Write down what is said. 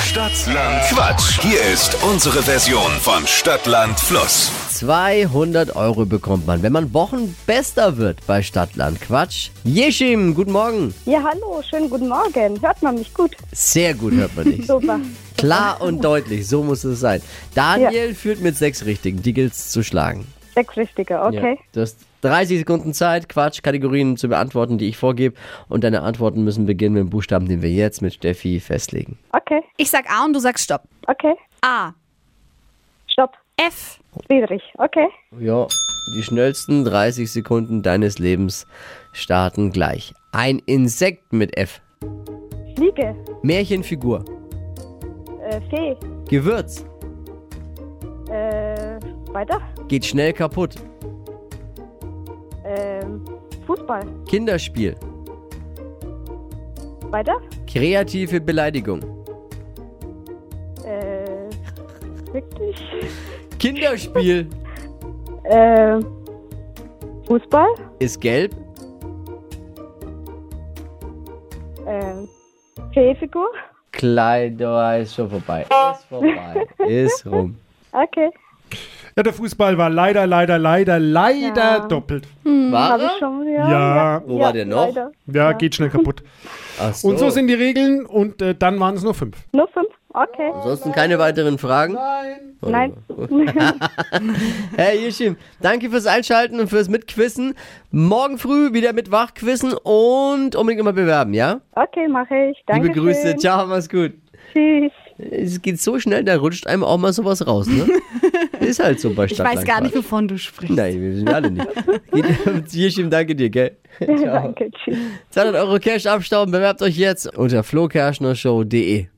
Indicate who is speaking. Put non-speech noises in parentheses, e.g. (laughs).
Speaker 1: Stadtland Quatsch. Hier ist unsere Version von Stadtland Fluss.
Speaker 2: 200 Euro bekommt man, wenn man Wochenbester wird bei Stadtland Quatsch. Jeschim, guten Morgen.
Speaker 3: Ja, hallo, schönen guten Morgen. Hört man mich gut?
Speaker 2: Sehr gut hört man
Speaker 3: (laughs)
Speaker 2: dich.
Speaker 3: Super.
Speaker 2: Klar und deutlich, so muss es sein. Daniel führt mit sechs Richtigen, die gilt's zu schlagen.
Speaker 3: Sechs Richtige, okay.
Speaker 2: Ja. Du hast 30 Sekunden Zeit, Quatschkategorien zu beantworten, die ich vorgebe. Und deine Antworten müssen beginnen mit dem Buchstaben, den wir jetzt mit Steffi festlegen.
Speaker 3: Okay,
Speaker 4: Ich sag A und du sagst Stopp.
Speaker 3: okay.
Speaker 4: A.
Speaker 3: Stopp.
Speaker 4: F.
Speaker 3: Friedrich, okay.
Speaker 2: Ja, die schnellsten 30 Sekunden deines Lebens starten gleich. Ein Insekt mit F.
Speaker 3: Fliege,
Speaker 2: Märchenfigur.
Speaker 3: äh, Fee,
Speaker 2: Gewürz.
Speaker 3: äh, weiter.
Speaker 2: Geht schnell kaputt.
Speaker 3: Ähm, Fußball,
Speaker 2: Kinderspiel.
Speaker 3: weiter.
Speaker 2: Kreative Beleidigung.
Speaker 3: Äh, wirklich.
Speaker 2: Kinderspiel
Speaker 3: Äh, Fußball,
Speaker 2: ist gelb.
Speaker 3: äh, Feefigur.
Speaker 2: Kleider ist schon vorbei. Ist vorbei. Ist rum.
Speaker 3: Okay,
Speaker 5: Ja, der Fußball war leider, leider, leider, leider doppelt.
Speaker 2: War
Speaker 3: habe ich
Speaker 2: er?
Speaker 3: schon.
Speaker 5: Ja,
Speaker 3: Ja,
Speaker 2: Wo war der noch?
Speaker 3: leider.
Speaker 5: ja, geht schnell kaputt.
Speaker 2: Ach so.
Speaker 5: Und so sind die Regeln und äh, dann waren es nur fünf.
Speaker 3: Nur fünf? Okay.
Speaker 2: Ansonsten keine weiteren Fragen.
Speaker 5: Nein.
Speaker 3: Nein.
Speaker 2: Herr Yishim, danke fürs Einschalten und fürs Mitquissen. Morgen früh wieder mit Wachquissen und unbedingt immer bewerben, ja?
Speaker 3: okay, mache ich. Danke.
Speaker 2: Liebe Grüße, ciao, mach's gut.
Speaker 3: Tschüss. (laughs)
Speaker 2: Es geht so schnell, da rutscht einem auch mal sowas raus,
Speaker 4: (laughs)
Speaker 2: ne? Ist halt so bei
Speaker 4: Ich
Speaker 2: Stadtland.
Speaker 4: weiß gar nicht, wovon du sprichst.
Speaker 2: Nein, wir wissen alle nicht. Geht- Yishim, danke dir, gell?
Speaker 3: Danke, tschüss.
Speaker 2: 200 Euro Cash abstauben, bewerbt euch jetzt unter flokerschnershow.de.